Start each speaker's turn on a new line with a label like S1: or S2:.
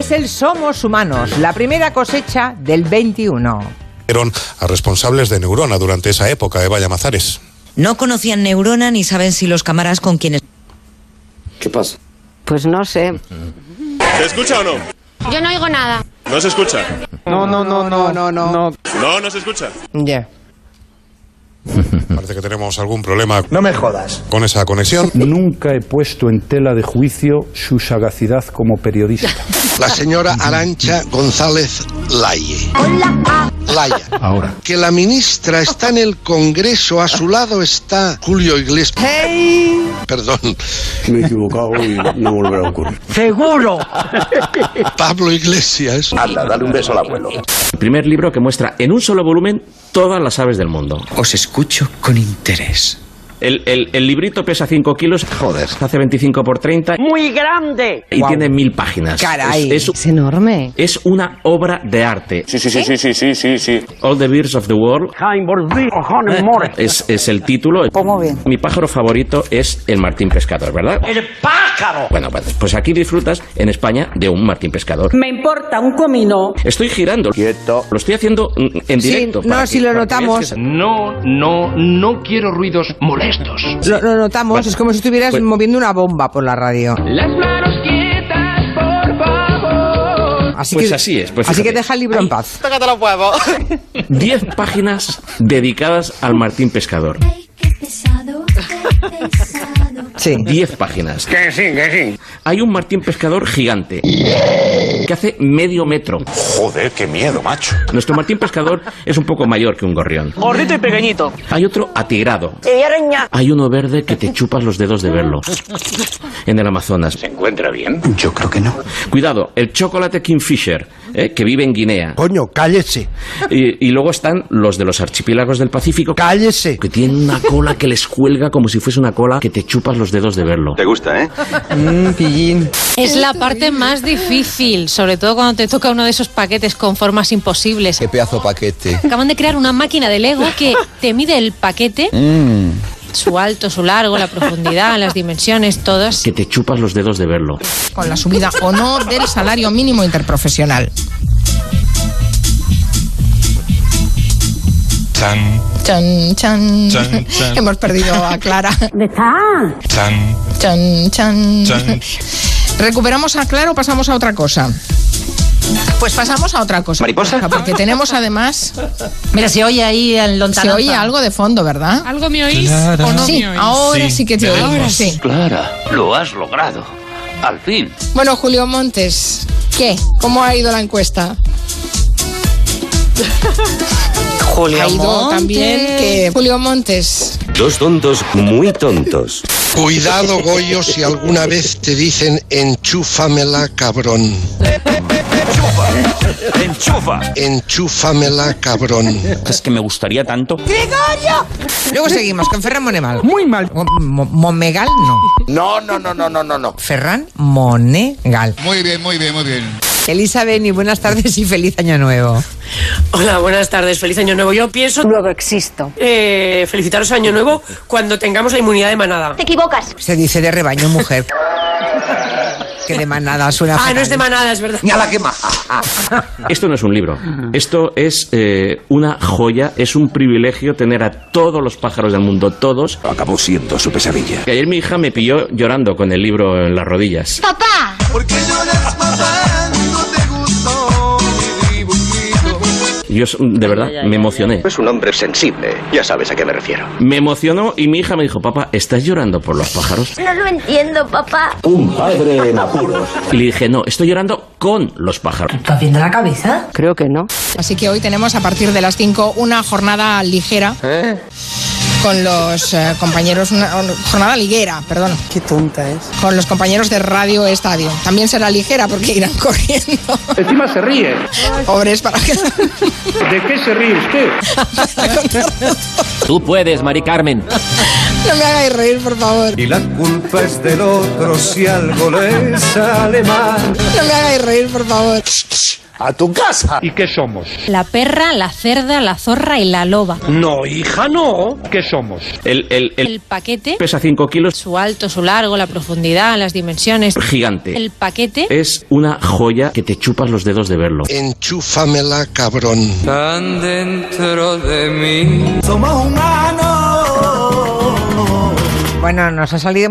S1: es el Somos Humanos, la primera cosecha del 21.
S2: A responsables de Neurona durante esa época, Eva Llamazares.
S3: No conocían Neurona ni saben si los cámaras con quienes.
S4: ¿Qué pasa?
S5: Pues no sé.
S6: ¿Se escucha o no?
S7: Yo no oigo nada.
S6: No se escucha.
S8: No, no, no, no, no, no.
S6: No, no se escucha.
S1: Ya.
S2: Parece que tenemos algún problema
S9: Mm. No me jodas.
S2: con esa conexión.
S10: Nunca he puesto en tela de juicio su sagacidad como periodista.
S11: la señora Arancha González Laye. Laya.
S10: Ahora.
S11: Que la ministra está en el Congreso, a su lado está Julio Iglesias. Perdón,
S4: Me he equivocado y no volverá a ocurrir.
S1: ¡Seguro!
S11: Pablo Iglesias.
S4: Anda, dale un beso al abuelo.
S12: El primer libro que muestra en un solo volumen todas las aves del mundo.
S9: Os escucho con interés.
S12: El, el- el librito pesa 5 kilos, joder, hace 25 por 30
S8: Muy grande.
S12: y tiene mil páginas.
S1: Caray.
S12: Es, es-
S5: Es enorme.
S12: es una obra de arte.
S4: Sí, sí, sí, sí, sí, sí, sí, sí.
S12: All the Birds of the World
S8: Jaime Bordi, cojones, more.
S12: es, es el título.
S5: ¿Cómo bien?
S12: Mi pájaro favorito es el Martín Pescador, ¿verdad?
S8: El pájaro.
S12: Bueno, pues- pues aquí disfrutas en España de un Martín Pescador.
S8: Me importa un comino.
S12: Estoy girando.
S4: Quieto.
S12: Lo estoy haciendo mm, en
S1: Sí,
S12: directo.
S1: no,
S12: para
S1: sí lo
S12: para veáis
S1: notamos.
S12: que-
S9: No, no, no quiero ruidos molestos.
S1: Lo, lo notamos,
S12: Bueno,
S1: es como si estuvieras
S12: pues-
S1: moviendo una bomba por la radio.
S9: Las manos quietas, por favor.
S1: Así
S12: Pues
S1: que,
S12: así es, pues
S1: así que
S12: fíjate.
S1: deja el libro en paz.
S12: Diez páginas dedicadas al Martín Pescador.
S1: Sí.
S12: Diez páginas. Hay un Martín Pescador gigante que hace medio metro.
S6: Joder, qué miedo, macho.
S12: Nuestro Martín Pescador es un poco mayor que un gorrión.
S8: Gordito y pequeñito.
S12: Hay otro atigrado. Hay uno verde que te chupas los dedos de verlo. En el Amazonas.
S4: ¿Encuentra bien?
S9: Yo creo que no.
S12: Cuidado, el chocolate Kingfisher, eh, que vive en Guinea.
S9: Coño, cállese.
S12: Y, y luego están los de los archipiélagos del Pacífico,
S9: Cállese.
S12: que tienen una cola que les cuelga como si fuese una cola que te chupas los dedos de verlo.
S4: gusta, eh?
S7: Es la parte más difícil, sobre todo cuando te toca uno de esos paquetes con formas imposibles.
S11: Qué pedazo paquete.
S7: Acaban de crear una máquina de Lego que te mide el paquete,
S11: Mm.
S7: su alto, su largo, la profundidad, las dimensiones, todas.
S12: Que te chupas los dedos de verlo.
S13: con la subida o no del salario mínimo interprofesional. Chan, chan. Hemos perdido a Clara. Chan, chan. Recuperamos a Clara o pasamos a otra cosa. Pues pasamos a otra cosa.
S4: ¿Mariposa?
S13: Porque tenemos además.
S3: Mira, se oye ahí en
S13: Se oye algo de fondo, ¿verdad?
S7: ¿Algo me oís?
S13: ¿O no? Sí, ahora sí, que te oigo. sí.
S9: Ah,
S4: Clara, lo has logrado. Al fin.
S13: Bueno, Julio Montes, ¿qué? ¿Cómo ha ido la encuesta?
S3: Julio
S13: Ha ido también que Julio Montes
S4: Dos tontos muy tontos.
S11: Cuidado, Goyo, si alguna vez te dicen enchúfamela, cabrón.
S4: ¡Enchufa!
S11: Enchúfamela, cabrón.
S12: Es que me gustaría tanto.
S1: Luego seguimos con Ferran Monegal. Muy mal. Monegal no.
S4: No, no, no, no, no, no, no.
S1: Ferran Monegal.
S9: Muy bien, muy bien, muy bien.
S1: Elisa Beni, buenas tardes y feliz año nuevo.
S8: Hola, buenas tardes. Feliz año nuevo. Yo pienso
S5: Luego existo.
S8: eh, felicitaros año nuevo cuando tengamos la inmunidad de manada.
S1: Se dice de rebaño mujer. que de manada suena.
S8: Ah, no es de
S1: fatal.
S8: manada, es verdad.
S4: Ni a la quema.
S12: Esto no es un libro. Esto es eh, una joya. Es un privilegio tener a todos los pájaros del mundo, todos.
S4: Acabó siendo su pesadilla.
S12: Que ayer mi hija me pilló llorando con el libro en las rodillas. Yo s- de verdad me emocioné.
S4: Es un hombre sensible. Ya sabes a qué me refiero.
S12: Me emocionó y mi hija me dijo, papá, ¿estás llorando por los pájaros?
S7: No lo entiendo, papá.
S4: Un padre en apuros.
S12: Y le dije, no, estoy llorando con los pájaros.
S3: ¿Estás viendo la cabeza?
S5: Creo que no.
S13: Así que hoy tenemos a partir de las 5 una jornada ligera
S4: ¿Eh?
S13: con los eh, compañeros, una, una jornada liguera, perdón,
S5: Qué tonta es.
S13: con los compañeros de Radio Estadio. También será ligera porque irán corriendo.
S9: Encima se ríe.
S13: Pobres para que...
S9: ¿De qué se ríe usted?
S12: Tú puedes, Mari Carmen.
S13: No me hagáis reír, por favor.
S9: Y la culpa es del otro si algo le sale mal.
S13: No me hagáis reír, por favor.
S9: A tu casa. ¿Y qué somos?
S7: La perra, la cerda, la zorra y la loba.
S9: No, hija, no. ¿Qué somos?
S12: El, el, el-
S7: El paquete,
S12: pesa 5 kilos,
S7: su alto, su largo, la profundidad, las dimensiones.
S12: gigante.
S7: El paquete,
S12: Es una joya que te chupas los dedos de verlo.
S11: Enchúfamela, cabrón.
S14: Tan dentro de mí. Somos humanos.
S1: Bueno, nos ha salido muy